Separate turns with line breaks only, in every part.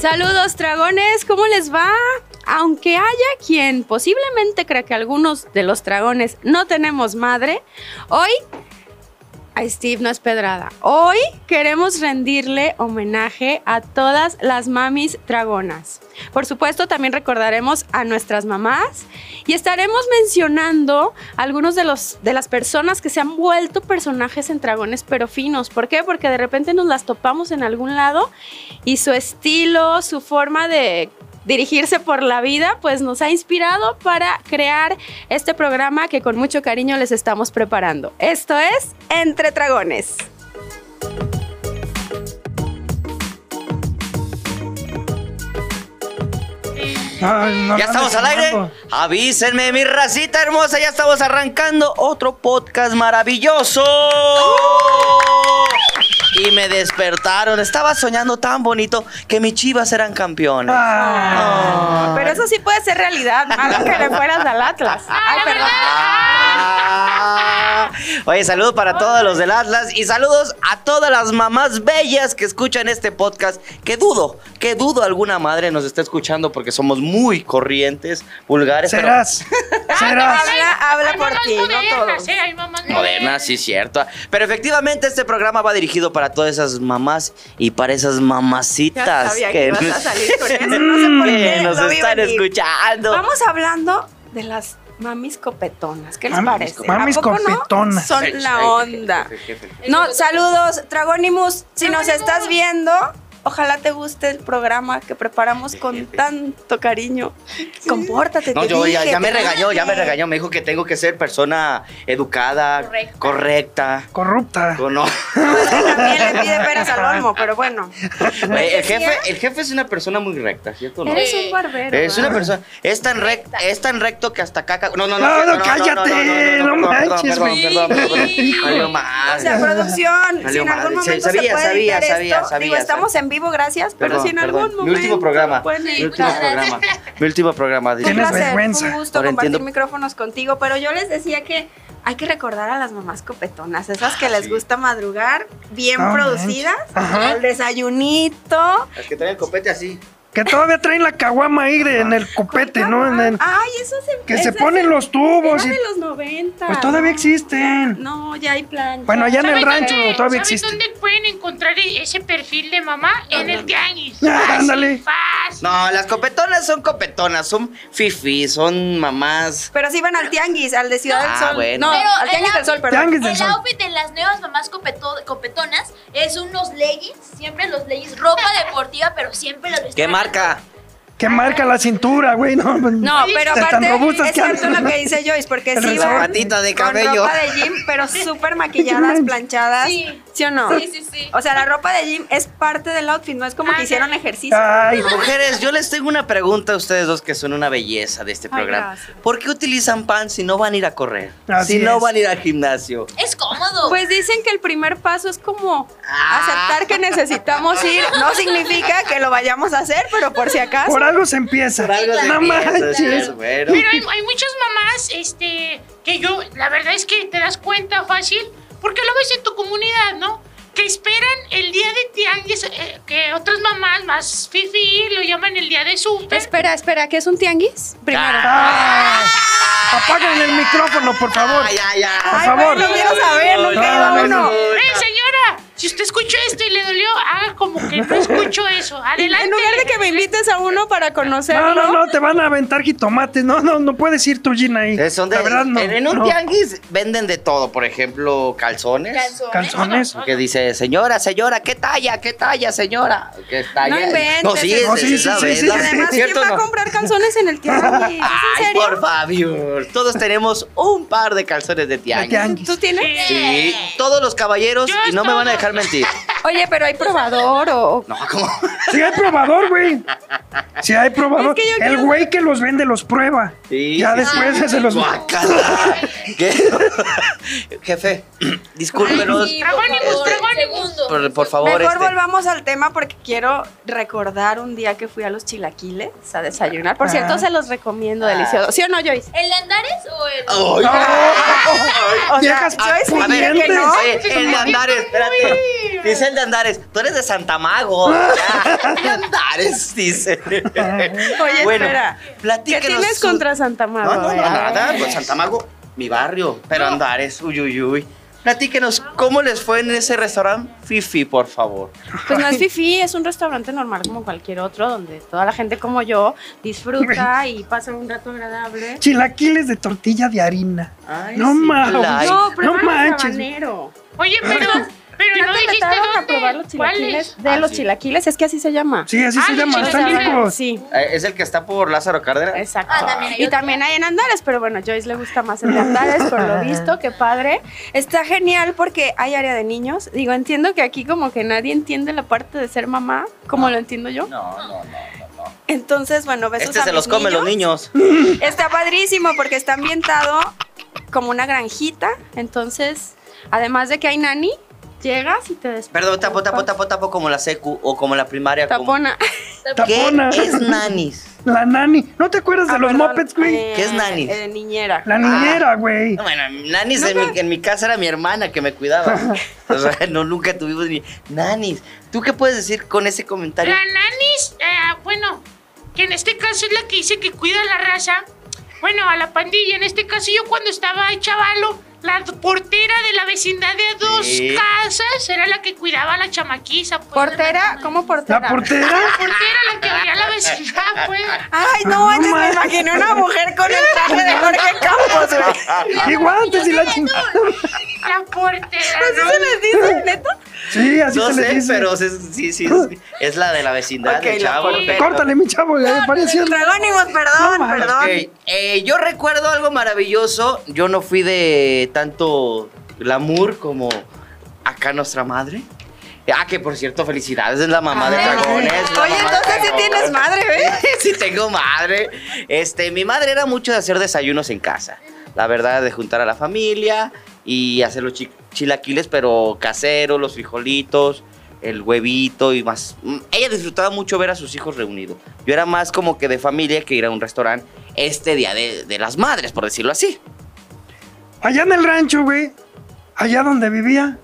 Saludos, dragones. ¿Cómo les va? Aunque haya quien posiblemente crea que algunos de los dragones no tenemos madre, hoy a Steve no es pedrada. Hoy queremos rendirle homenaje a todas las mamis dragonas. Por supuesto, también recordaremos a nuestras mamás y estaremos mencionando algunos de los de las personas que se han vuelto personajes en dragones pero finos. ¿Por qué? Porque de repente nos las topamos en algún lado y su estilo, su forma de dirigirse por la vida, pues nos ha inspirado para crear este programa que con mucho cariño les estamos preparando. Esto es Entre Dragones.
ya estamos al aire. Avísenme, mi racita hermosa. Ya estamos arrancando otro podcast maravilloso. Y me despertaron. Estaba soñando tan bonito que mis chivas eran campeones.
Ah, Pero eso sí puede ser realidad, más que le fueras al Atlas. Ay, perdón.
Ah. Oye, saludos para todos los del Atlas y saludos a todas las mamás bellas que escuchan este podcast. Que dudo, que dudo alguna madre nos esté escuchando porque somos muy corrientes, vulgares. pero-
Serás.
Ah,
Serás.
Habla, habla por ti, no todos.
Moderna, sí, cierto. Pero efectivamente este programa va dirigido para todas esas mamás y para esas
Ya
mamacitas
sabía que
que,
ibas a salir con eso, no sé por
que
qué,
nos
lo vi
están
venir.
escuchando.
Vamos hablando de las mamis copetonas. ¿Qué les
Mamis
parece?
co- mamis
¿A poco no?
copetonas.
Son la onda. No, saludos, Dragonimus. Si nos estás viendo, ojalá te guste el programa que preparamos con tanto cariño. Compórtate.
No,
te
yo ya,
dije,
ya me
te
regañó, ya me
dije.
regañó. Me dijo que tengo que ser persona educada, correcta.
Corrupta.
o no.
También le pide peras al olmo, pero bueno.
Oye, Eh, el, jefe, el jefe es una persona muy recta, ¿cierto? o ¿no?
Eres un barbero.
Es una
¿verdad?
persona. Es tan, rec- es tan recto que hasta caca. No, no, no.
No,
perdón,
no, cállate,
no, no, no,
no
perdón,
manches,
perdón,
güey.
perdón, perdón, perdón. Valió
O
madre.
sea, producción, si
Valió
en algún
madre. Sí,
momento se
sabía,
puede
sabía,
editar
sabía,
esto,
sabía,
digo,
sabía.
estamos en vivo, gracias, pero
Perdón,
si en
perdón.
algún momento
Mi último programa.
lo pueden
Mi
editar.
último programa. Mi último programa.
Fue un
Tienes
placer,
vergüenza.
fue Un gusto
Ahora
compartir
entiendo.
micrófonos contigo, pero yo les decía que hay que recordar a las mamás copetonas, esas que
Ah,
les
sí.
gusta madrugar, bien
No
producidas,
Ajá.
el desayunito.
Es que trae el copete así.
Que todavía traen la caguama ahí de- en el copete, ¿no? En el-
Ay, eso se
que
esa
se
es-
ponen los
era
tubos. y-
de los 90.
pues todavía existen.
No, ya hay plan.
Bueno, allá en el
¿Saben
rancho
dónde-
todavía
saben
existe.
dónde pueden encontrar e- ese perfil de mamá? En el tianguis.
Ah, ándale.
Fácil.
No, las copetonas son copetonas, son fifis, son mamás.
Pero sí van al tianguis, al de Ciudad
Ah,
del Sol.
bueno.
No,
Pero
al
el
tianguis del Sol, perdón.
Tianguis del
El
sol.
outfit de las nuevas mamás copeto- copetonas es unos leggings, siempre los leggings, ropa deportiva, pero siempre los
¿Qué
vestidos-
marca?
Que marca la cintura, güey. No, pues-
No, pero
Están
aparte
tan robustas
es
que
cierto
andan.
lo que dice Joyce, porque
El
sí
resort.
van
Patita de
con
cabello.
ropa de gym, pero súper maquilladas, planchadas,
Sí.
¿sí o no?
Sí, sí, sí. Ah,
O sea, la ropa de gym es parte del outfit, no es como que hicieron ejercicio.
Ay,
Mujeres, yo les tengo una pregunta a ustedes dos que son una belleza de este
Ay,
programa.
gracias.
¿Por qué utilizan pan si no van a ir a correr?
Así
si no
es.
van a ir al gimnasio.
Es cómodo.
Pues dicen que el primer paso es como
Ah.
aceptar que necesitamos ir. No significa que lo vayamos a hacer, pero por si acaso.
por algo se empieza.
Por algo se
no
empieza,
manches.
es bueno.
Pero hay, hay muchas mamás este, que yo, la verdad es que te das cuenta fácil, porque lo ves en tu comunidad, ¿no? Que esperan el día de tianguis, eh, que otras mamás más fifi lo llaman el día de súper.
Espera, espera, ¿qué es un tianguis? Primero.
Ah, apaguen el micrófono, por favor.
Ay, ay, ay.
Ay,
favor.
bueno, quiero saber, nunca he ido a
No, no,
uno.
no.
¡Eh, señora! Si usted escuchó esto y le dolió, haga como que no escuchó eso.
Y
Adelante.
En lugar de que me invites a uno para conocerlo.
No, no, no, te van a aventar jitomates. No, no, no puedes ir tú, Gina, ahí.
Eh, son de-
La verdad, no.
en, en un
no.
tianguis venden de todo, por ejemplo, calzones.
Calzones.
Calzones.
Que dice, señora, señora, ¿qué talla? ¿Qué talla, señora? ¿Qué talla?
inventes,
no, sí,
no,
es-
sí,
es
sí,
la
sí,
verdad,
sí.
Además, ¿quién
¿cierto o
va a
no?
comprar calzones en el tianguis? ¿Es en
Ay,
serio?
por favor. Todos tenemos un par de calzones
De
de tianguis.
tianguis.
¿Tú tienes?
Sí, todos los caballeros,
Yo
y no me van a
todos.
dejar mentir.
Oye, pero hay probador o. o-
No, ¿cómo?
Si hay probador, güey. Si hay probador.
Es que yo
el
quiero-
güey que los vende los prueba.
Sí,
ya
sí,
después
sí.
se los
Guácala. ¿Qué? Jefe, discúlpenos.
Sí, por
Dragónimos,
favor,
dragónimos.
segundo.
por, por favor.
Mejor
este,
volvamos al tema porque quiero recordar un día que fui a los chilaquiles a desayunar. Por cierto,
Ah.
se los recomiendo,
Ah.
delicioso. ¿Sí o no, Joyce?
¿El de Andares o el.?
¡Ay!
O sea,
Viejas
Joyce
A
diría
ver,
que no.
oye, el de Andares, espérate. Dice el de Andares, tú eres de Santa Mago. ya. De Andares, dice.
Oye,
bueno,
espera. ¿Qué
platíquenos
tienes
su-
contra Santa Mago?
No, no, no,
eh?
nada. Pues Santa Mago, mi barrio. Pero Andares, uy, uy, uy. Platíquenos, ¿cómo les fue en ese restaurante Fifi, por favor?
Pues no es fifi, es un restaurante normal como cualquier otro, donde toda la gente como yo disfruta y pasa un rato agradable.
Chilaquiles de tortilla de harina.
Ay,
No
sí,
mames.
like.
no, pero
no manches.
habanero.
Oye, pero, pero
Ah. ¿Ya
no
te
dijiste
invitaron
dónde.
a probar los
¿Cuál
chilaquiles?
es?
De
Ah,
los
sí.
chilaquiles, es que así se llama.
Sí, así
Ah,
se
los
llama. Están
chilaquiles.
ricos.
Sí,
Eh, ¿Es el que está por Lázaro Cárdenas?
exacto.
Ah, también hay
y
otro.
también hay en Andares, pero bueno, Joyce le gusta más el de Andares, por lo visto, qué padre. Está genial porque hay área de niños. Digo, entiendo que aquí como que nadie entiende la parte de ser mamá, como
Ah.
lo entiendo yo.
No, no, no.
Entonces, bueno, besos
Este
a
se
Pues, mis
los comen los niños.
Está padrísimo porque está ambientado como una granjita. Entonces, además de que hay nani, llegas y te despiertas.
Perdón, tapo, tapo, tapo, tapo como la secu o como la primaria. como-
Tapona.
¿Qué
Tapona.
es nanis?
La nani. ¿No te acuerdas de los mopeds, güey?
¿Qué es nani?
Ah, Eh, niñera.
La niñera, güey.
No, Bueno, nanis en, mi, en mi casa era mi hermana que me cuidaba. o sea, no, nunca tuvimos ni... Nanis, ¿tú qué puedes decir con ese comentario?
La nanis, eh, bueno, que en este caso es la que dice que cuida a la raza. Bueno, a la pandilla. En este caso, yo cuando estaba chavalo, la portera de la vecindad de dos
Sí.
casas era la que cuidaba a la chamaquiza. pues.
Portera, ¿cómo portera?
La portera.
La portera, la que abría la vecindad, pues.
Ay,
Ah,
no, manches, me imaginé una mujer con el traje de Jorge Campos, güey.
Y guantes y la chingada.
La
Ah,
portera.
¿Así
¿no?
se les dice, neta?
Sí, así
no
se le
sé,
dice.
pero sí, sí, sí, sí, es la de la vecindad
Ok,
de
la
Chavo.
portera.
pero-
Córtale, mi chavo. ya parece cierto.
Dragónimos, perdón,
No, mames.
perdón.
Ok, eh, yo recuerdo algo maravilloso. Yo no fui de tanto glamour como acá nuestra madre. Ah, que por cierto, felicidades, es la mamá de
Ay.
dragones. la
Oye,
mamá de
entonces sí
dragones.
tienes madre, ¿eh? ¿ves?
sí tengo madre. Este, mi madre era mucho de hacer desayunos en casa. La verdad, de juntar a la familia y hacer los chi- chilaquiles, pero caseros, los frijolitos, el huevito y más. Mm, Ella disfrutaba mucho ver a sus hijos reunidos. Yo era más como que de familia que ir a un restaurante este día de, de las madres, por decirlo así.
Allá en el rancho, güey. Allá donde vivía.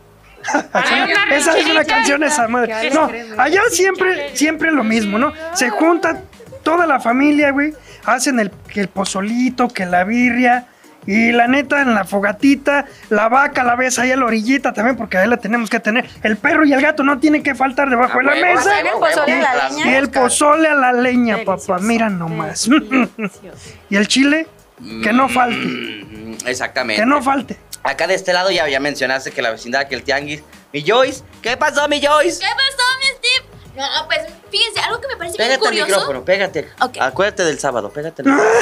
Había una
Esa es una
rancherita.
canción esa madre. No, allá siempre, siempre lo mismo, ¿no? Se junta toda la familia, güey. Hacen el, que el pozolito, que la birria. Y la neta, en la fogatita, la vaca la ves ahí a la orillita también, porque ahí la tenemos que tener. El perro y el gato no tienen que faltar debajo de Ah, la
Ah, Huevo,
mesa.
Hacer el
huevo,
pozole a la
las
leña.
Y el
moscas.
pozole a la leña, papá.
Delicioso,
Mira nomás.
delicioso.
y el chile, que no falte.
Mm, Exactamente.
Que no falte.
Acá de este lado ya, ya mencionaste que la vecindad, que el tianguis. Mi Joyce, ¿qué pasó, mi Joyce?
¿Qué pasó, mi Steve? No, pues fíjense, algo que me parece muy
Pégate al
curioso.
micrófono, pégate.
Ok.
Acuérdate del sábado, pégate. al micrófono.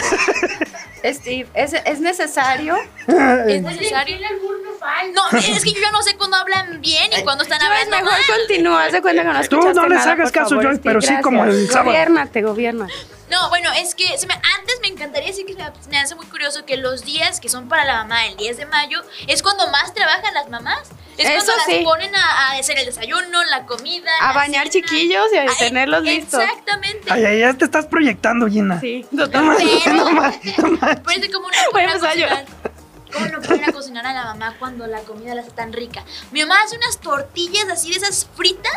Steve, ¿es, es necesario?
Es
Aquí
necesario.
el albur no falta.
No, es que yo ya no sé cuándo hablan bien y cuándo están
Joyce,
hablando
mejor
mal.
continúa, haz de cuenta que no
Tú no
escuchaste
les
nada,
hagas
por
caso,
favor,
Joyce,
Steve,
pero sí como el
gracias.
sábado.
Gobiérnate, gobiérnate.
No, bueno, es que se me- antes me encantaría decir que se me- me hace muy curioso que los días que son para la mamá, el 10 de mayo, es cuando más trabajan las mamás. Es
Eso
cuando
sí.
las ponen a, a hacer el desayuno, la comida.
A
la
bañar
cena.
chiquillos y a
Ah,
tenerlos listos.
Exactamente.
Ay, ay, ya te estás proyectando, Gina.
Sí,
Pero-
No más, no más.
Parece como una
Voy a
ponen a
empezar a
cocinar. ¿Cómo no ponen a cocinar a la mamá cuando la comida la hace tan rica? Mi mamá hace unas tortillas así de esas fritas,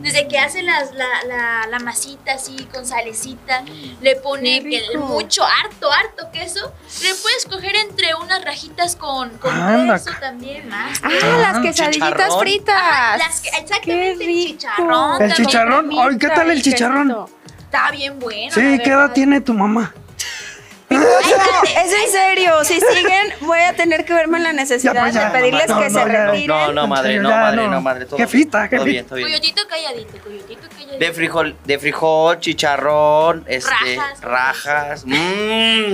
desde que hace las, la, la, la masita así con salecita, le pone
Qué
que-
rico.
mucho, harto, harto queso. Le puedes coger entre unas rajitas con, con
Anda,
queso
ca-
también, más.
Ah,
Ah,
las
un
quesadillitas
chicharrón.
fritas.
las que-
Ah, Qué
exactamente, el
rico.
chicharrón
El
también.
chicharrón,
Cremita
ay, ¿qué tal el
y
chicharrón?
quesito.
Está bien bueno.
Sí,
la
¿qué
verdad.
edad tiene tu mamá?
Ay, espérate,
Es en serio, si siguen, voy a tener que verme en la necesidad
Ya, pues, ya,
de pedirles
no,
que
no,
se
ya,
retiren.
No, no, madre, no,
Ya,
madre,
no.
no, madre. Todo,
Jefita,
todo
jefita.
bien, todo bien.
Coyotito calladito, coyotito calladito.
De frijol, de frijol, chicharrón, este,
Rajas.
rajas. Mmm,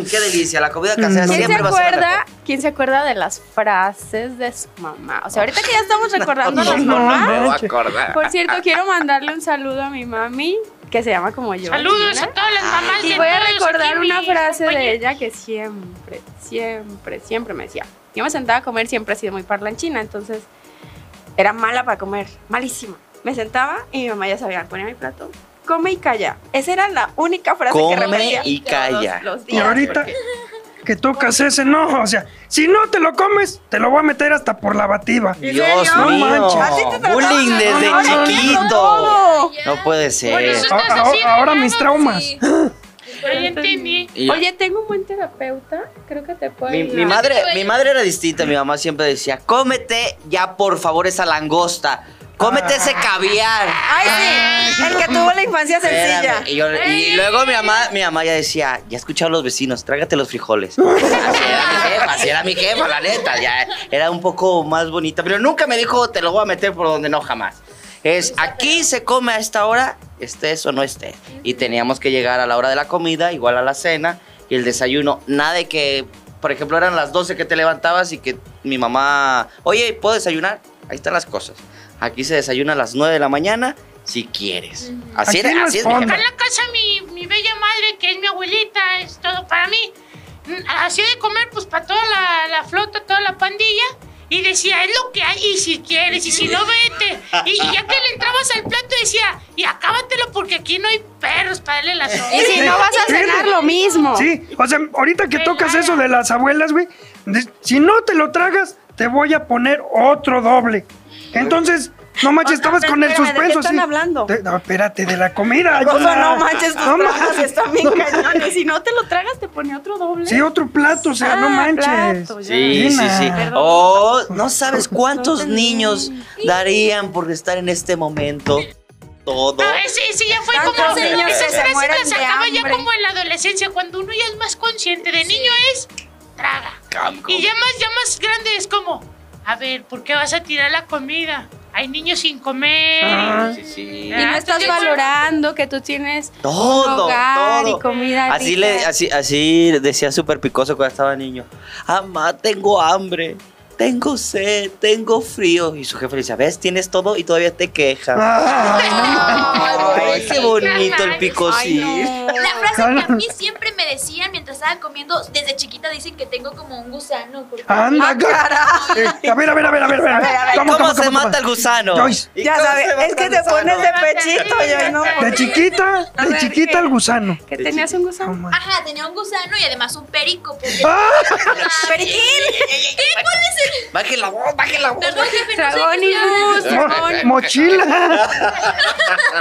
qué delicia. La comida casera
¿Quién
Mm.
se
siempre va a ser la
acuerda?
mejor.
¿Quién se acuerda de las frases de su mamá? O sea, ahorita que ya estamos recordando
no,
las
no,
mamás.
me voy a
manches.
acordar.
Por cierto, quiero mandarle un saludo a mi mami, que se llama como yo.
Saludos
Gina.
a todas las mamás
Ah. Y
de
voy a
todos
recordar
aquí,
una
mis
frase de
compañeros.
ella que siempre, siempre, siempre me decía. Yo me sentaba a comer, siempre ha sido muy parlanchina, entonces Era mala para comer, malísima. Me sentaba y mi mamá ya sabía, ponía mi plato, come y calla. Esa era la única frase que
Come
repetía
y
todos
calla.
los
Y
días.
ahorita que tocas ese, no, o sea, si no te lo comes, te lo voy a meter hasta por la batida.
Dios
No
mío.
manches.
Así te trataban.
Bullying desde
No, no, no,
chiquito.
Todo.
No puede
Bueno, eso
ser.
está- estás
A- a-
haciendo,
Ah, ahora
ya
mis
no-
traumas.
Sí.
Pero ya entendí.
Y-
Oye, tengo un buen terapeuta, creo que te puede
Mi,
ayudar.
mi madre, mi madre era distinta, mi mamá siempre decía, cómete ya por favor esa langosta, cómete ese caviar.
Ay, sí, el que tuvo la infancia sencilla.
Espérame. Y, yo- y luego mi mamá, mi mamá ya decía, ya he escuchado a los vecinos, trágate los frijoles. Así era mi jefa, así era mi jefa, la neta. Ya era un poco más bonita, pero nunca me dijo, te lo voy a meter por donde no jamás. Es, aquí se come a esta hora, estés o no estés. Y teníamos que llegar a la hora de la comida, igual a la cena y el desayuno. Nada de que, por ejemplo, eran las 12 que te levantabas y que mi mamá, oye, ¿puedo desayunar? Ahí están las cosas. Aquí se desayuna a las 9 de la mañana si quieres. Así,
Aquí
era-
no
así es
es
mi
fondo.
Acá
jefa.
en la casa mi, mi bella madre, que es mi abuelita, es todo para mí. Mm, Hacía de comer pues para toda la, la flota, toda la pandilla. Y decía, es lo que hay, y si quieres, y si no, vete. Y, y ya que le entrabas al plato decía, y acábatelo porque aquí no hay perros para darle la sopa.
Y si no vas a cenar lo mismo.
Sí, o sea, ahorita que
Pelada.
tocas eso de las abuelas, güey, de- si no te lo tragas, te voy a poner otro doble. Entonces, no manches,
Otra
estabas
vez,
con el
espérame, ¿de qué
suspenso.
están
sí.
hablando?
Te- no, espérate, de la comida.
O sea,
ayuda.
no manches, tus
No
tragos
manches.
están bien cañones. Si no te lo tragas, te pone otro doble.
Sí, otro plato, o sea,
Ah,
no manches.
plato, ya.
Sí, sí,
Llena.
sí.
Perdón.
Oh, no sabes cuántos
entendí.
niños darían por estar en este momento todo.
No, ese, ese ya fue
Tantos
como.
niños que
Esas
se
frases
mueren
las
de
sacaba ya
hambre.
como en la adolescencia, cuando uno ya es más consciente. De niño es traga. Y ya más, ya más grande es como, a ver, ¿por qué vas a tirar la comida? Hay niños sin comer.
Ah.
Sí, sí.
Y no estás valorando que tú tienes un
Todo,
hogar
todo.
y comida.
Así,
rica.
le, así, así decía súper picoso cuando estaba niño. Amá, tengo hambre, tengo sed, tengo frío. Y su jefe le decía, ¿ves? Tienes todo y todavía te quejas.
Ah,
Ah,
Ay, qué bonito el
Ay,
picosito.
no.
La frase
Claro.
que a mí siempre me decían mientras estaba comiendo, desde chiquita dicen que tengo como un gusano. porque-
Anda, eh, a ver, a ver, a ver, a ver, a ver.
¿Y ¿Cómo, se mata el gusano?
Joyce.
¿Y
Ya
cómo
sabes,
se mata
es que
el
te
gusano?
pones de pechito, yo no.
De chiquita,
A
de
ver, Ah,
chiquita
¿qué?
el gusano.
Que tenías un gusano.
No manches.
Ah, Ajá, tenía un gusano y además un perico. Porque...
Ah.
Ajá,
Periquín.
¿Qué? ¿Cuál es el?
Baje la voz, baje la voz.
Perdón, jefe, no sé qué sea.
Dragonimus,
Mo-
dragón.
Mochila.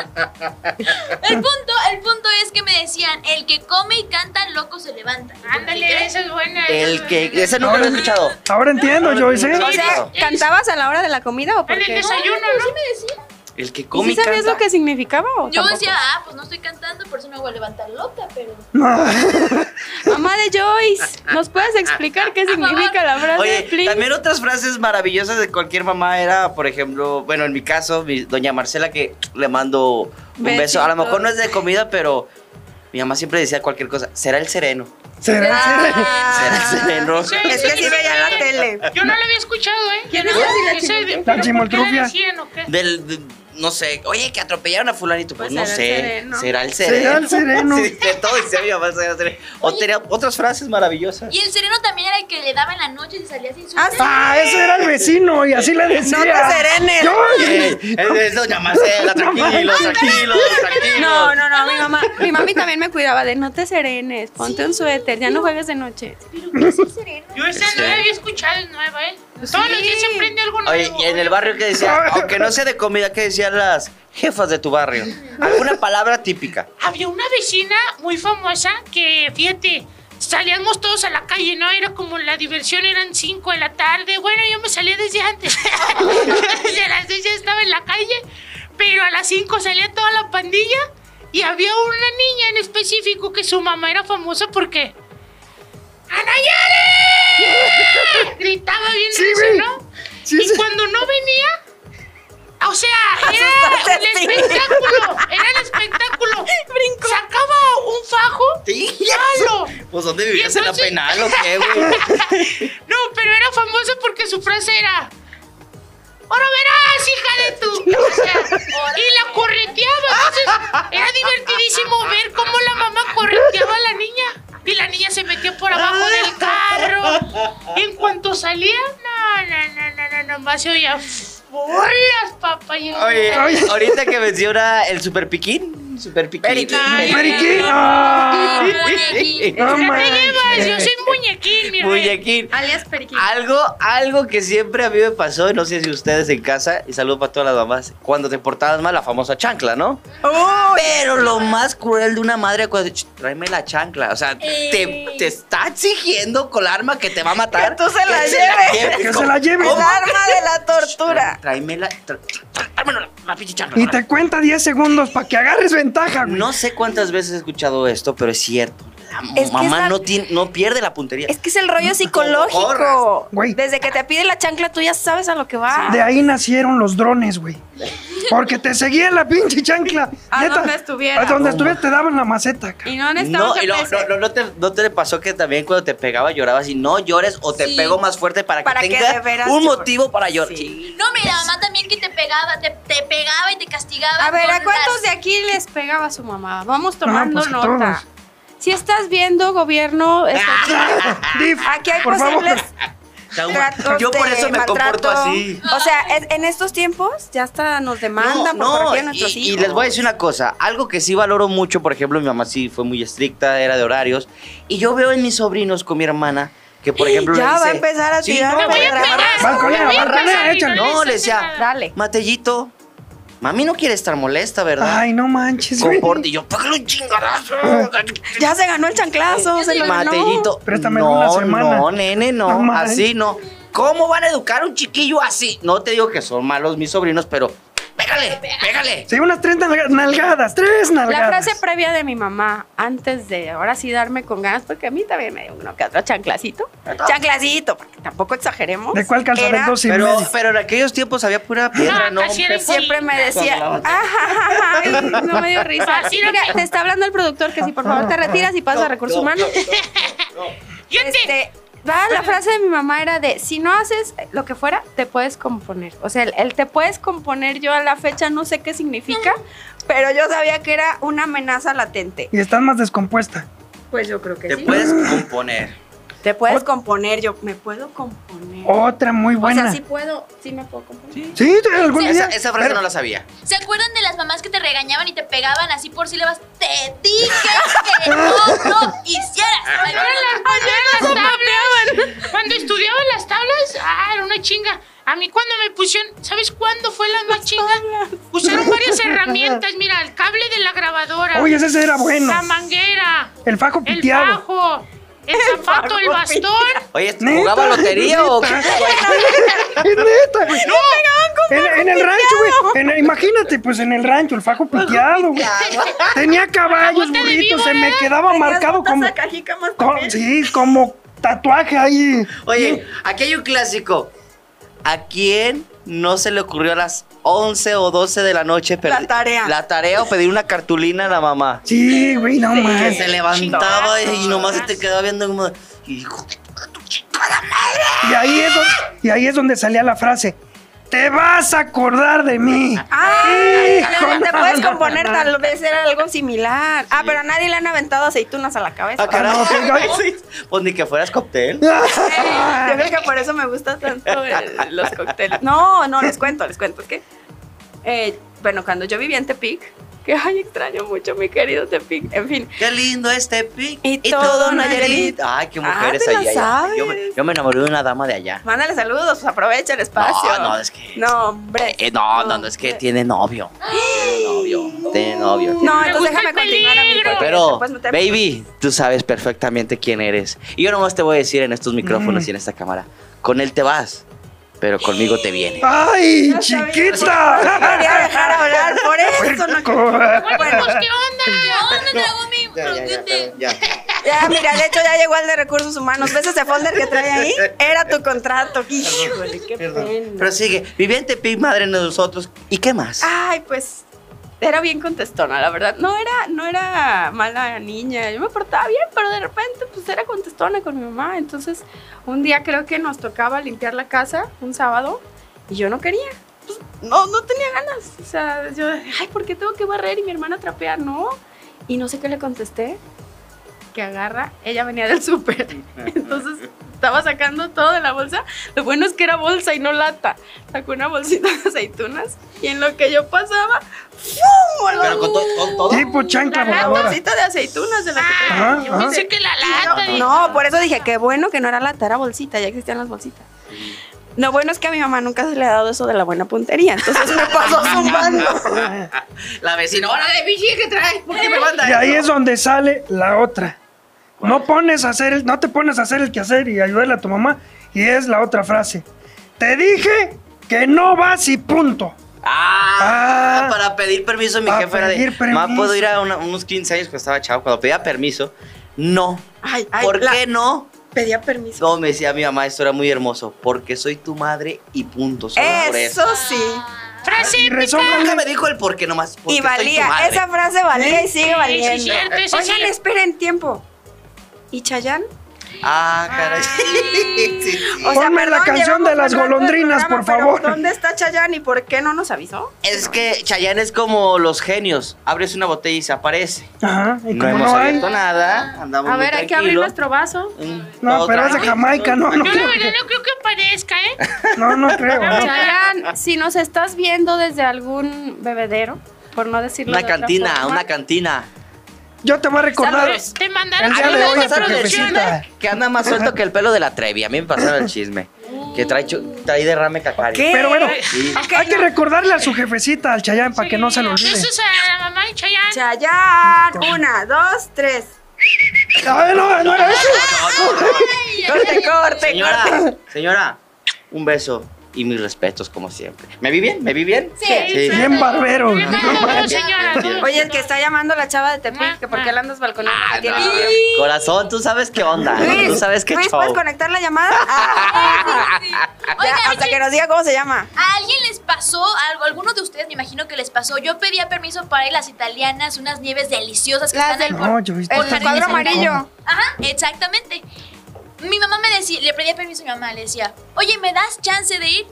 El punto, el punto es que me decían, el que come y canta, loco se levanta.
Ándale, esa es buena. esa es
El que.
buena.
Ese nunca lo he escuchado.
Ahora entiendo, Joyce. ¿eh?
O sea, ¿cantabas a la hora de la comida o por
En el
qué?
desayuno,
Pero sí
¿no?
me decían.
El que
¿Y
come
si
y
sabías
canta.
lo que significaba o
Yo
tampoco?
decía, ah, pues no estoy cantando, por eso me voy a levantar loca, pero...
Mamá de Joyce, ¿nos puedes explicar
Ah,
qué significa la frase,
Oye,
please?
también otras frases maravillosas de cualquier mamá era, por ejemplo, bueno, en mi caso, mi doña Marcela, que le mando un beso. A lo mejor no es de comida, pero mi mamá siempre decía cualquier cosa. Será el sereno.
Será, será.
Será el
Ah.
sereno.
Sí,
Es que
sí,
sí veía la
sí.
tele.
Yo no lo había escuchado, ¿eh?
¿Quién
Yo
es la
ese-
chimoltrufia?
¿pero
La
por qué
chimoltrufia.
la decían o qué?
Del. de- no sé, oye, que atropellaron a fulanito, pues,
Pues
no
será el
sé,
sereno.
será el sereno.
Será el sereno.
Sí, de todo decía mi mamá, será el sereno. O tenía otras frases maravillosas.
Y el sereno también era el que le daba en la noche y se salía sin su...
Ah, sí.
Ah, ese era el vecino y así le decía.
No te serenes.
Joyce.
Ey, Es, es doña Marcela, tranquilos, tranquilos, tranquilos.
No, no, no, mi mamá, mi mami también me cuidaba de no te serenes, ponte un suéter, ya no juegues de noche.
Pero ¿qué es el sereno?
Yo esa
Sí.
no la había escuchado, es nueva, ¿eh?
Pues
Todos los días se aprende algo nuevo.
Oye, y en el barrio que decía, aunque no sea de comida, ¿qué decían las jefas de tu barrio? Alguna palabra típica.
Había una vecina muy famosa que, fíjate, salíamos todos a la calle, ¿no? Era como la diversión, eran 5 de la tarde. Bueno, yo me salía desde antes. desde las 6 ya estaba en la calle, pero a las 5 salía toda la pandilla y había una niña en específico que su mamá era famosa porque... ¡Anayare! Gritaba bien
Sí,
recio,
güey.
¿no?
Sí,
y
sí.
cuando no venía, o sea, era el
Asustaste, sí.
espectáculo, era el espectáculo. Sacaba un fajo. ¡Halo!
Pues ¿dónde vivías en la
Entonces-
penal o qué, güey?
No, pero era famoso porque su frase era. ¡Ahora verás, hija de tu! O sea, y la correteaba. Entonces, era divertidísimo ver cómo la mamá correteaba a la niña. Y la niña se metió por abajo del carro. En cuanto salía, no, no, no, no, no, nomás se oía. "Fu". burlas, papá. Y-
Oye,
Ay.
ahorita que menciona el super piquín. Super piquín.
Periquín.
Periquín.
Periquín.
Ah,
Ah,
muñequín.
no
Ya te
manches.
llevas, yo soy muñequín, mi rey.
Muñequín.
Alias Periquín.
Algo, algo que siempre a mí me pasó, no sé si ustedes en casa, y saludo para todas las mamás, cuando te portabas mal, la famosa chancla, ¿no? Pero lo más cruel de una madre cuando "Ch, tráeme la chancla, o sea, te,
Ey.
te está exigiendo con la arma que te va a matar.
Que tú se la lleves.
Que se la lleve.
El arma de la tortura.
Tráeme la, tra- tra- tráemelo la, la pinche chancla.
Y te cuenta 10 segundos para que agarres ventaja, güey.
No sé cuántas veces he escuchado esto, pero es cierto. La
Es que
mamá
es la-
no, tiene, no pierde la puntería.
Es que es el rollo
corras,
psicológico.
güey.
Desde que te pide la chancla, tú ya sabes a lo que va.
De ahí nacieron los drones, güey. Porque te seguían la pinche chancla.
A donde estuviera.
A donde estuviera te daban la maceta, cabrón.
Y no necesitamos
No, y lo-
GPS.
no, no, no te, no te pasó que también cuando te pegaba llorabas y no llores o te
Sí.
pego más fuerte para que
Para que de
tenga
veras
un
llore.
motivo para llorar.
No, mira, mamá también que te pegaba, te, te pegaba y te castigaba.
A ver, ¿a
con
cuántos
las-
de aquí les pegaba su mamá? Vamos tomando
pues a
nota.
todos.
Si estás viendo, gobierno, está-
Dif,
Aquí hay
por favor.
posibles
Trauma.
tratos
Yo por
de
eso me comporto
maltrato.
así.
O sea, es- en estos tiempos ya hasta nos demandan por corregir a nuestros
y, y
hijos.
les voy a decir una cosa, algo que sí valoro mucho, por ejemplo, mi mamá sí fue muy estricta, era de horarios, y yo veo en mis sobrinos con mi hermana que, por ejemplo,
Ya
le
va a
dice,
empezar a
"Sí,
tirar
Te
no,
voy a
Barra-
pegar.
Balconea,
te voy a
balconea,
pegar y
échale.
No,
les
le
hace
decía,
nada.
Dale.
Matellito, mami no quiere estar molesta, ¿verdad?
Ay, no manches, güey.
Comporte, y yo, págale un chingadazo.
Ya se ganó el chanclazo, se lo ganó.
Matellito.
Préstame
no,
una semana.
No, nene, no.
No manches.
así no. ¿Cómo van a educar a un chiquillo así? No te digo que son malos mis sobrinos, pero pégale, pégale.
Sí, unas tres nalga- nalgadas, tres
La
nalgadas.
frase previa de mi mamá, antes de ahora sí darme con ganas, porque a mí también me dio uno que otro chanclacito.
Chanclacito, porque tampoco exageremos.
¿De cuál calzador
Era-
dos y
Pero,
medio?
pero en aquellos tiempos había pura piedra,
Ah,
¿no?
casi era
Pepo.
Siempre me
Cuando la
decía,
otra.
Ay, Ah, no me dio risa.
Así
Mira, te está hablando el productor que si por favor te retiras y pasas a recursos humanos.
Yo te-
Este, va, la frase de mi mamá era de, si no haces lo que fuera, te puedes componer. O sea, el, el te puedes componer yo a la fecha no sé qué significa,
pero yo sabía que era una amenaza latente.
Y estás más descompuesta.
Pues yo creo que
Te
sí.
puedes componer.
Te puedes
Ot-
componer, yo me puedo componer.
Otra muy buena.
o sea, sí puedo, sí me puedo componer.
Sí, te- algún día.
Esa, esa frase
Pero-
no la sabía.
¿Se acuerdan de las mamás que te regañaban y te pegaban así por sílabas? Te dije que no lo hicieras. Ay,
Las tablas. Cuando estudiaba las tablas, ah, era una chinga. A mí cuando me pusieron, ¿sabes cuándo fue la más chinga? Usaron varias herramientas, mira, el cable de la grabadora.
Oye, ese era bueno.
La manguera,
El fajo
el
piteado.
bajo, el zapato, el bastón.
Oye,
¿Neta?
¿jugaba lotería o qué?
Es neta, güey. en, en el rancho, güey. En- Imagínate, pues en el rancho, el fajo piteado, güey. Tenía caballos,
La bota de
burritos, se
víbora.
¿eh?
me quedaba marcado como. co- sí, como tatuaje ahí.
Oye, aquí hay un clásico. ¿A quién no se le ocurrió a las 11 o 12 de la noche perdi-
La tarea.
La tarea o pedir una cartulina a la mamá?
Sí, güey, no
Que
más.
se levantaba y nomás se te quedaba viendo como... Hijo de...
Y ahí es donde, y ahí es donde salía la frase. Te vas a acordar de mí.
Ay,
Hijo,
Leona, te
no,
puedes
no,
componer,
no.
tal vez era algo similar. Ah, pero a nadie le han aventado aceitunas a la cabeza.
Ah, carajo.
no, que- ay, sí.
Pues ni que fueras cóctel.
Yo creo que por eso me gusta tanto el- los cócteles. No, no, les cuento, les cuento. Es que, eh, bueno, cuando yo vivía en Tepic, que ay, extraño mucho mi querido Tepic, en fin.
Qué lindo este pic.
Y todo Nayarit.
Ay, qué
Ah,
mujeres
te la
ahí. ahí.
sabes.
Yo, me, yo me enamoré de una dama de allá.
Mándale saludos, pues aprovecha el espacio.
No, no, es que-
No, hombre.
Eh, no, no, no, es que tiene novio. Tiene novio. Tiene novio. tiene
No,
Me
entonces
gusta
déjame
el
continuar a mi
peligro.
Pero,
Después no te-
baby, tú sabes perfectamente quién eres. Y yo nomás te voy a decir en estos micrófonos
Mm.
y en esta cámara. Con él te vas, pero conmigo te viene.
¡Ay,
sabía.
chiquita!
Quería dejar hablar, por eso no.
Puerco.
Bueno,
Bueno,
pues, ¿qué onda?
¿Dónde traigo mi producto?
ya, mira, de hecho ya llegó el de recursos humanos. ¿Ves ese folder que trae ahí? Era tu contrato. Híjole, qué pena.
Pero sigue, viviente pi madre de nosotros. ¿Y qué más?
Ay, pues era bien contestona, la verdad. No era, no era mala niña. Yo me portaba bien, pero de repente pues era contestona con mi mamá. Entonces,
Un día creo que nos tocaba limpiar la casa, un sábado, y yo no quería. Pues, No, no tenía ganas. O sea, yo, ay, ¿por qué tengo que barrer y mi hermana trapear? No. Y no sé qué le contesté. Que agarra, ella venía del súper. Entonces
estaba sacando todo de la bolsa. Lo bueno es que era bolsa y no lata. Sacó una bolsita de aceitunas y en lo que yo pasaba, ¡fum!
Pero con, to- con todo.
Tipo chancla
La lata,
Una
voladora.
bolsita de aceitunas de la que traía.
Ah,
Ajá,
yo
ajá.
pensé que la lata. dije,
No, por eso dije, qué bueno que no era lata, era bolsita, ya existían las bolsitas. Lo bueno es que a mi mamá nunca se le ha dado eso de la buena puntería, entonces me pasó zumbando.
La vecina, órale, bichi, ¿qué traes? ¿Por qué me manda
Y ahí
eso?
es donde sale la otra. No pones a hacer el, no te pones a hacer el quehacer y ayudarle a tu mamá. Y es la otra frase. Te dije que no vas y punto.
Ah,
Ah.
para pedir permiso mi
Para
jefa era de,
pedir permiso.
"Ma, puedo ir a una- unos 15 años que estaba chavo, cuando pedía permiso, no.
Ay, ay,
¿Por
la-
qué no?
Pedía permiso.
No, me decía mi mamá, esto era muy hermoso, porque soy tu madre y punto, solo por eso.
Eso sí.
Frase
Y
épica.
Nunca me
resómale.
dijo el por qué nomás, porque
Y valía,
soy tu
esa
madre.
frase valía y sigue valiendo.
sí, cierto, sí,
Oigan,
cierto.
esperen tiempo. ¿Y Chayán?
Ah, caray. Sí, sí.
Ponme la canción de las golondrinas, por favor.
¿Dónde está Chayán y por qué no nos avisó?
Es que Chayanne es como los genios, abres una botella y se aparece.
Ajá. Y
No
como
hemos
no hay.
abierto nada, andamos
A
muy
ver, hay que abrir
tranquilo.
nuestro vaso.
Mm,
No, pero es de
tranqui.
Jamaica, no, no
Yo la verdad
creo.
no creo que aparezca, ¿eh?
No, no creo. no.
Chayanne, si nos estás viendo desde algún bebedero, por no decirlo
Una
de otra
cantina,
forma,
una cantina.
Yo te voy a recordar.
Te- Te mandaron
El día
A mí
de
me
hoy a tu
pasaron el
producción, ¿eh?
jefecita.
chisme que anda más suelto que el pelo de la Trevi. A mí me pasaron el chisme. Que trae, chu- trae derrame cacario.
Pero bueno,
Sí.
hay que recordarle a su jefecita, al Chayán, para que no se lo olvide.
Besos a la mamá de Chayanne.
Chayán, una, dos, tres.
Ay, no, no era eso.
Corte, corte, corte.
Señora, señora, un beso y mis respetos como siempre. ¿Me vi bien? ¿me vi bien?
Sí.
Bien barbero.
Bien barbero, señora.
Bien, bien.
Oye, el que está llamando la chava de Tepic, que por qué la andas balconeando.
Ah,
que tiene
no.
novio.
Corazón, tú sabes qué onda. tú
Luis,
sabes qué
Luis,
show.
¿puedes conectar la llamada? Ah, ya,
Oigan,
hasta que nos diga cómo se llama.
¿A alguien les pasó algo? ¿Alguno de ustedes me imagino que les pasó? Yo pedía permiso para ir a las italianas, unas nieves deliciosas que
Las
están ahí
del-
por-
No, yo vi-
por
El
Jardines
cuadro
Central.
amarillo.
Ajá, exactamente. Mi mamá me decía, le pedía permiso a mi mamá, le decía, oye, ¿me das chance de ir?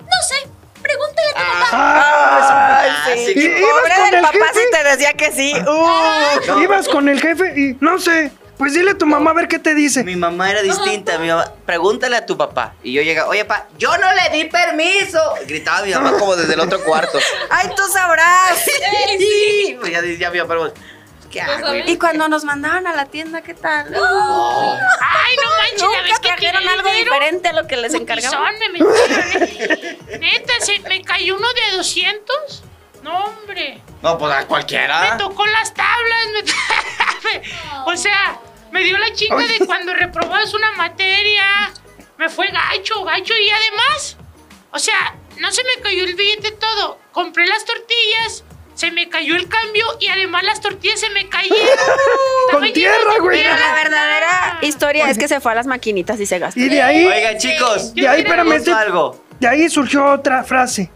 No sé, pregúntale a tu mamá.
Ah,
sí.
Y-
que-
ibas con
Pobre del
el
papá
jefe.
si te decía que sí. Uh.
No.
Ibas con el jefe y no sé. Pues dile a tu mamá a ver qué te dice.
Mi mamá era distinta. Mi mamá, pregúntale a tu papá. Y yo llegaba, oye, papá, yo no le di permiso. Gritaba mi mamá como desde el otro cuarto.
Ay, tú sabrás.
Sí, pues ya decía mi papá, pues, ¿qué hago?
Y cuando nos mandaban a la tienda, ¿qué tal?
Oh.
Ay, no manches, la vez
Nunca
que
trajeron algo diferente a lo que les encargaban.
Son, me metieron, ¿eh? Neta, se me cayó uno de 200. No, hombre.
No, pues a cualquiera.
Ah.
Me tocó las tablas. me to- o sea, me dio la chinga de cuando reprobabas una materia. Me fue gacho, gacho. Y además, o sea, no se me cayó el billete todo. Compré las tortillas. Se me cayó el cambio y además las tortillas se me cayeron.
Con
Estaban llenas
tierra,
de
güey.
Pero
tierra.
la verdadera historia es que se fue a las maquinitas y se gastó.
Y de ahí,
Oigan, chicos,
de ahí,
Yo
espérame,
¿puedo algo.
de ahí surgió otra frase.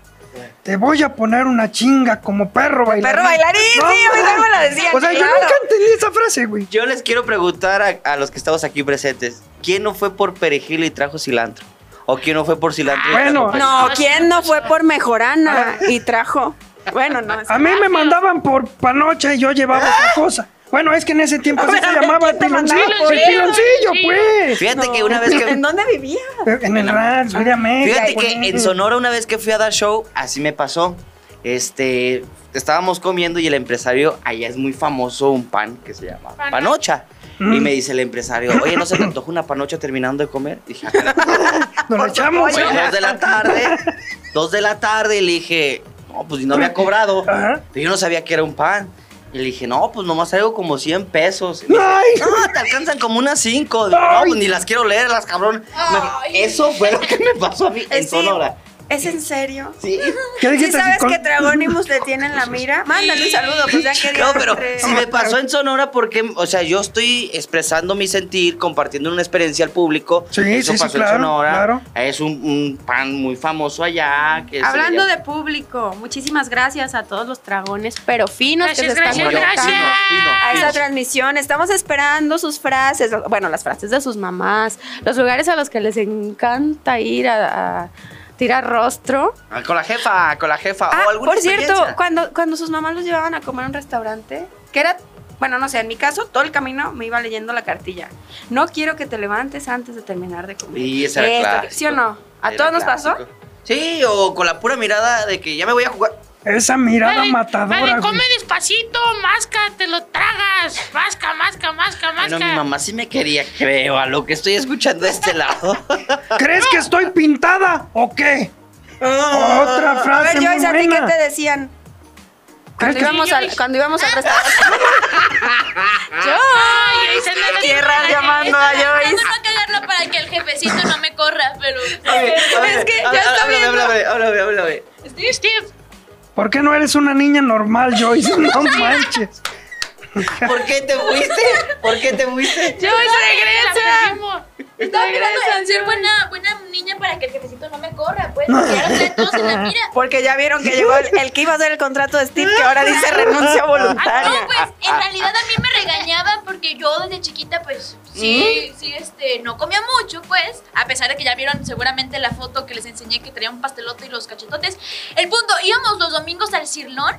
Te voy a poner una chinga como perro bailarín.
Perro bailarín, sí,
No,
a mí
mames.
no me la decían.
O sea, yo
claro.
nunca entendí esa frase, güey.
Yo les quiero preguntar a, a los que estamos aquí presentes, ¿quién no fue por perejil y trajo cilantro? ¿O quién no fue por cilantro? y
Bueno.
trajo perejil?
No, ¿quién no fue por mejorana y trajo? Bueno, no. es-
A mí me mandaban por panocha y yo llevaba otra cosa. Bueno, es que en ese tiempo así
A
se
ver,
llamaba el
¿quién te
piloncillo.
mandaba
por
El
eso?
piloncillo,
Sí.
pues.
Fíjate
No.
que una vez
¿En
que...
dónde vivía?
En el rancho, obviamente.
Ah, Fíjate que en Sonora una vez que fui a dar show, así me pasó. Este, estábamos comiendo y el empresario, allá es muy famoso un pan que se llama
Panocha.
panocha.
Mm.
Y me dice el empresario, oye, ¿no se te antoja una panocha terminando de comer? Dije, "Ah,
Nos lo echamos.
Fue dos de la tarde. Dos de la tarde y le dije, no, pues no había cobrado.
Ajá.
Pero yo no sabía que era un pan. Y le dije, no, pues nomás traigo como 100 pesos. Y me dice,
Ay,
no, te alcanzan como unas 5. No,
Ay.
pues ni las quiero leer, las cabrón.
Ay.
Me- Eso fue lo que me pasó a mí en
Eh,
Eh,
Sí.
Sonora.
¿Es en serio?
Sí.
¿Qué
¿Sí
dijiste?
sabes
Con-
que Dragonimus le tiene en la mira? Mándale un saludo, pues ya que
No,
Dios
pero
entre-
si me pasó en Sonora porque, o sea, yo estoy expresando mi sentir, compartiendo una experiencia al público.
Sí,
Eso
sí, sí,
pasó en
claro,
Sonora.
claro.
Es un, un pan muy famoso allá. que se le
Hablando
llama-
de público, muchísimas gracias a todos los dragones, pero finos
Gracias,
que se están
gracias,
conectando.
gracias.
A esta
Fino, fino.
transmisión, estamos esperando sus frases, bueno, las frases de sus mamás,
Los lugares a los que les encanta ir a, a tirar rostro.
Ah, Con la jefa, con la jefa.
Ah,
o alguna
por cierto,
experiencia.
cuando, cuando sus mamás los llevaban a comer a un restaurante, que era Bueno, no sé, en mi caso, todo el camino me iba leyendo la cartilla. No quiero que te levantes antes de terminar de comer.
Y esa era
Esto,
clásico.
¿Sí o no? ¿A
Era
todos nos pasó?
clásico. Sí, o con la pura mirada de que ya me voy a jugar.
Esa
Dale,
mirada
dale,
matadora, güey.
come despacito, masca, te lo tragas. Masca, masca, masca, masca.
Bueno, mi mamá sí me quería, creo, a lo que estoy escuchando de este lado.
¿Crees que estoy pintada o qué? Otra
Ah. A
frase
ver,
muy
Joyce, ¿a ti qué
buena.
te decían?
¿Crees
Cuando
que-
íbamos, al,
Joyce.
cuando íbamos al restaurante.
Ay, ahí se anda
Tierra
la-
llamando a Joyce.
no cagarla para que el jefecito no me corra, pero.
Es que ya está
Háblame,
viendo.
háblame, háblame, háblame.
Steve, Steve,
¿Por qué no eres una niña normal, Joyce? No manches.
¿Por qué te fuiste? ¿Por qué te fuiste?
Joyce, regresa.
Estaba mirando de ser buena, buena niña para que el jefecito no me corra, pues. Y ahora trae todos en la mira.
Porque ya vieron que llegó el, el que iba a hacer el contrato de Steve, que ahora dice renuncia
No,
voluntaria.
pues en realidad
ah.
a mí me regañaban porque yo desde chiquita, pues
¿Mm?
sí, sí, este, no comía mucho, pues. A pesar de que ya vieron seguramente la foto que les enseñé que traía un pastelote y los cachetotes. El punto, íbamos los domingos al cirlón.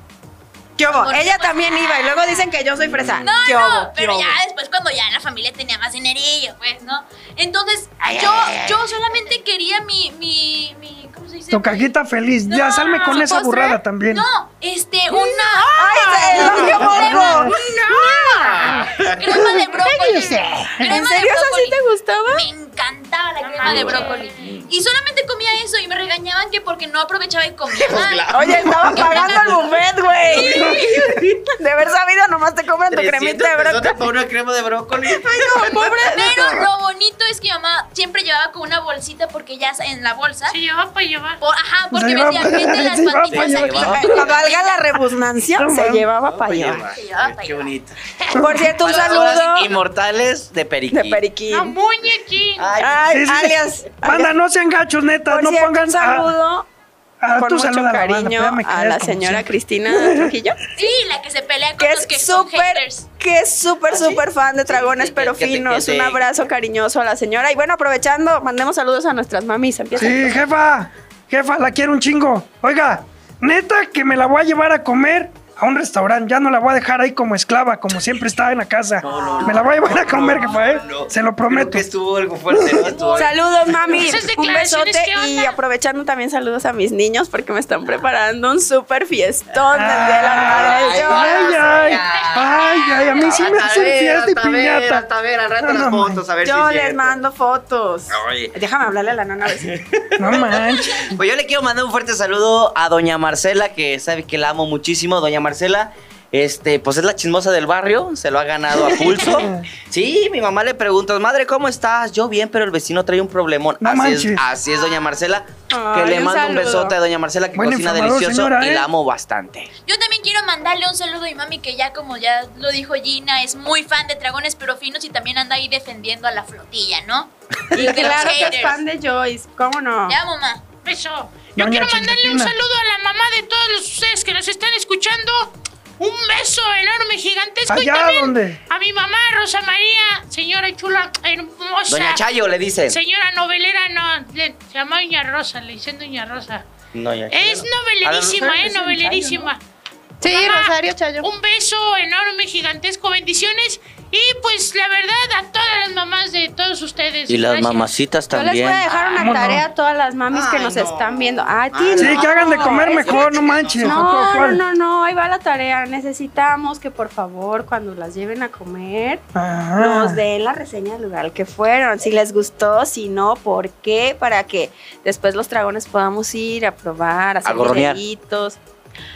¿Qué hubo? Ella también iba y luego dicen que yo soy fresa.
pues, No,
¿Qué
no,
hubo? ¿Qué
pero
hubo?
ya después cuando ya la familia tenía más dinerillo, pues, ¿no? Entonces,
Ay,
yo,
ay, ay,
yo solamente quería mi, mi, mi, ¿cómo se dice?
Tu cajita feliz. Ya
No,
salme con
¿su
esa
postre?
burrada también.
No, este, una
¡Ay, el novio borrego!
crema de brócoli. Crema
¿En serio
de
eso sí
brócoli.
te gustaba?
Me encantaba la crema de brócoli. Y solamente comía eso y me regañaban que porque no aprovechaba y comía mal.
Oye, estaban pagando el buffet, güey. De haber sabido, nomás te compran tu cremita de
300 pesotes
brócoli.
para una crema de brócoli.
Pero lo bonito es que mi mamá siempre llevaba con una bolsita porque ya en la bolsa.
Se lleva para llevar.
por- ajá, porque
Se
me
llevaba
decía,
para-
"Mete las
se llevaba
patitas
para
aquí".
llevar.
Eh, Valga la rebusnancia,
No,
se
man.
llevaba para
Oye,
allá.
ma,
llevaba pa'
Qué
allá.
bonito.
Por cierto, un
Palabras
saludo
Inmortales de Periquí.
de
Eh,
Periquín.
Ah,
La Ah, muñequín.
Ay,
Ay,
Sí, sí.
alias.
Banda, no sean gachos, neta.
Por
No
cierto,
pongan
un
a,
saludo
a
con
tu
mucho
salud a la banda.
cariño
espérame que
a
eres
la
como
señora
siempre.
Cristina Trujillo,
Sí, la que se pelea con
que
los que
es
son
súper,
haters.
que es
¿Ah,
súper, súper fan de Dragones
que-
pero
que te- que
finos.
te-
Un abrazo cariñoso a la señora. Y bueno, aprovechando, mandemos saludos a nuestras mamis. Empieza.
Sí, jefa, jefa, la quiero un chingo. Oiga, neta que me la voy a llevar a comer a un restaurante. Ya no la voy a dejar ahí como esclava, como siempre estaba en la casa. me la voy a llevar a comer, jefa, ¿eh?
no.
Se lo
Creo
prometo.
que estuvo algo fuerte, ¿no? Estuvo algo-
Saludos, mami.
Esas
Un
declaraciones,
besote.
¿qué onda?
Y aprovechando también saludos a mis niños porque me están preparando un súper fiestón del Día de las Madres.
Ay,
Yo-
ay, ay, ay, ay, a mí sí me
Hasta
hacen
ver,
fiesta y
hasta ver,
piñata.
Hasta ver, al rato
No,
las
no,
fotos, a ver si
Yo
es
les
cierto.
mando fotos.
Oye.
Déjame hablarle a la nana. a ver si-
No manches.
Pues yo le quiero mandar un fuerte saludo a doña Marcela, que sabe que la amo muchísimo. Doña Marcela, este, pues es la chismosa del barrio, se lo ha ganado a pulso. Sí, mi mamá le pregunta, madre, ¿cómo estás? Yo bien, pero el vecino trae un problemón.
No
así es,
manches.
así es, doña Marcela.
Ay,
que le
un
mando un
saludo.
besote a doña Marcela, que
Buen
cocina
informador,
delicioso
señora,
y
¿eh?
la amo bastante.
Yo también quiero mandarle un saludo a mi mami que ya como ya lo dijo Gina, es muy fan de Dragones pero finos y también anda ahí defendiendo a la flotilla, ¿no?
Y claro que es
haters.
fan de Joyce. ¿Cómo no?
Ya, mamá.
Beso. Yo
Doña
quiero mandarle un
Chiltequina.
saludo a la mamá de todos los- ustedes que nos están escuchando. Un beso enorme, gigantesco. y
¿Allá
también
dónde?
A mi mamá, Rosa María, señora chula, hermosa.
Doña Chayo le dicen.
Señora novelera, no, le- se llama Doña Rosa, le dicen Doña Rosa.
Doña Chayo.
Es novelerísima, eh, novelerísima.
Sí,
Mamá,
Rosario Chayo.
Un beso enorme, gigantesco, bendiciones. Y pues la verdad, a todas las mamás de todos ustedes.
Y las
gracias.
mamacitas
Yo les
también.
voy a dejar una
¿Cómo no?
tarea a todas las mamis que
Ay,
nos
no.
están viendo. A ti
Ay,
Sí,
no.
que hagan de comer
Es-
mejor, no manches.
No,
¿Cuál, cuál?
no, no, no, ahí va la tarea. Necesitamos que por favor cuando las lleven a comer
Ajá.
nos den la reseña del lugar al que fueron, si les gustó, si no, por qué, para que después los dragones podamos ir a probar, a hacer
gorronear.
videitos.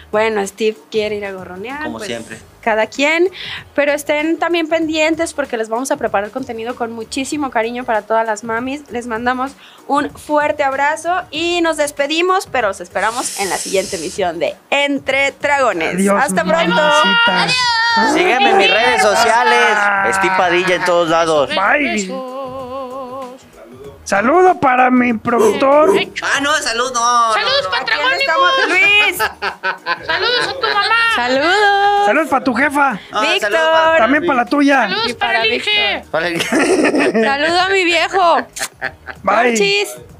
Bueno, Steve quiere ir a gorronear.
Como siempre.
Cada quien, pero estén también pendientes porque les vamos a preparar contenido con muchísimo cariño para todas las mamis. Les mandamos un fuerte abrazo y nos despedimos, pero los esperamos en la siguiente emisión de Entre Dragones.
Adiós,
Hasta pronto.
mamacita.
Sígueme en mis redes sociales. Steve Padilla en todos lados.
Bye.
Besos.
Saludo para mi productor.
Ay, ch-
Ah, no, salud, no.
Saludos
no, no.
para
Aquí no
Dragónimo.
estamos, Luis.
Saludos a tu mamá.
Saludos.
Saludos para tu jefa.
Ah, saludos
Víctor.
para-
También para la tuya.
Saludos
Y
para
para
el Inge.
Para el-
Saludo a mi viejo.
Bye.
Chis.